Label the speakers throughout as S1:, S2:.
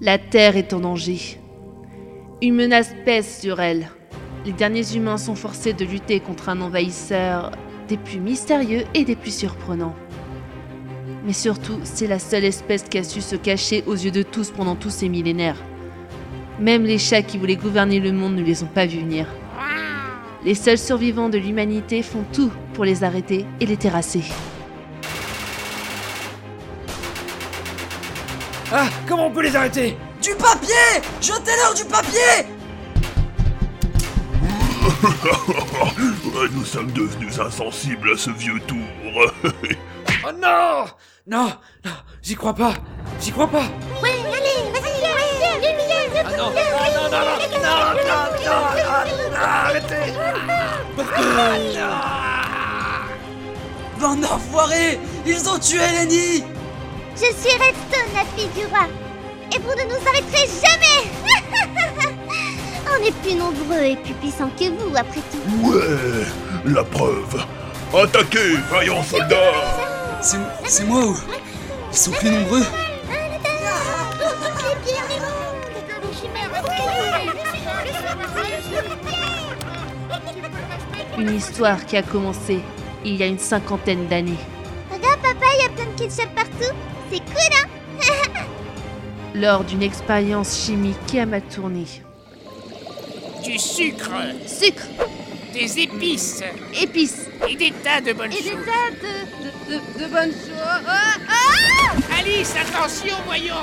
S1: La Terre est en danger. Une menace pèse sur elle. Les derniers humains sont forcés de lutter contre un envahisseur des plus mystérieux et des plus surprenants. Mais surtout, c'est la seule espèce qui a su se cacher aux yeux de tous pendant tous ces millénaires. Même les chats qui voulaient gouverner le monde ne les ont pas vus venir. Les seuls survivants de l'humanité font tout pour les arrêter et les terrasser.
S2: Ah Comment on peut les arrêter
S3: Du papier Jetez-leur du papier
S4: Euh, Nous sommes devenus insensibles à ce vieux tour.
S2: Oh non Non Non J'y crois pas J'y crois pas Ah non Non, non, non, non Non, non, non, non, non, Arrêtez Ah,
S3: Bande d'enfoirés Ils ont tué Lenny
S5: Je suis Redstone, la fille du roi. Et vous ne nous arrêterez jamais On est plus nombreux et plus puissants que vous, après tout.
S4: Ouais, la preuve. Attaquez, vaillants soldats
S3: C'est c'est moi ou Ils sont plus nombreux
S1: Une histoire qui a commencé il y a une cinquantaine d'années.
S5: Regarde, papa, il y a plein de ketchup partout. C'est cool, hein
S1: lors d'une expérience chimique qui a mal tourné.
S6: du sucre,
S1: Sucre,
S6: des épices
S1: épices
S6: et des tas de bonnes choses.
S7: de, de, de bonnes choses. Ah,
S6: Alice, attention, voyons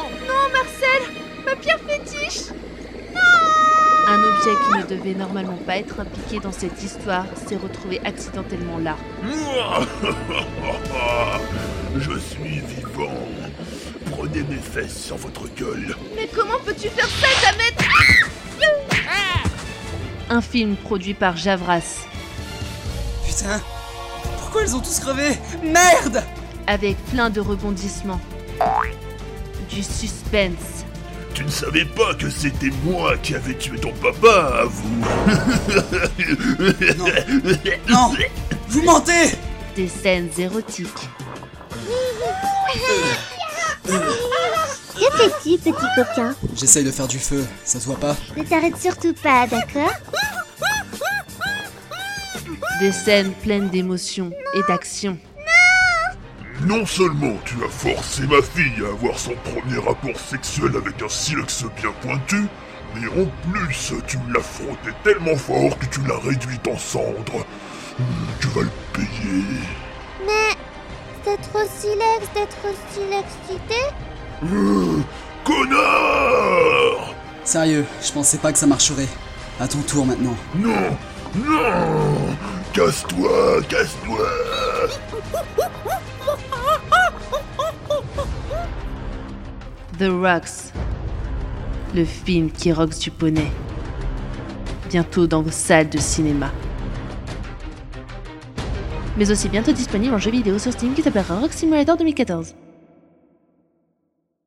S1: Un objet qui ne devait normalement pas être impliqué dans cette histoire s'est retrouvé accidentellement là.
S4: Mouah Je suis vivant. Prenez mes fesses sur votre gueule.
S7: mais comment peux-tu faire ça, Jamet
S6: Ah
S1: Un film produit par Javras,
S3: Putain Pourquoi ils ont tous crevé Merde
S1: avec plein de rebondissements, du suspense,
S4: Tu ne savais pas que c'était moi qui avais tué ton papa, à vous.
S3: Non Non Vous mentez
S1: des scènes érotiques,
S5: Que fais-tu, petit coquin
S3: J'essaye de faire du feu, ça se voit pas
S5: Ne t'arrête surtout pas, d'accord
S1: des scènes pleines d'émotions et d'action,
S4: Non seulement tu as forcé ma fille à avoir son premier rapport sexuel avec un silex bien pointu, mais en plus tu l'as frotté tellement fort que tu l'as réduite en cendres. Hmm, Tu vas le payer.
S5: T'es trop silex, t'es trop silexité
S4: Euh, Connard
S3: Sérieux, je pensais pas que ça marcherait. À ton tour maintenant.
S4: Non Non Casse-toi Casse-toi
S1: The Rocks, le film qui rock du poney, bientôt dans vos salles de cinéma. Mais aussi bientôt disponible en jeu vidéo sur Steam qui s'appellera Rock Simulator 2014.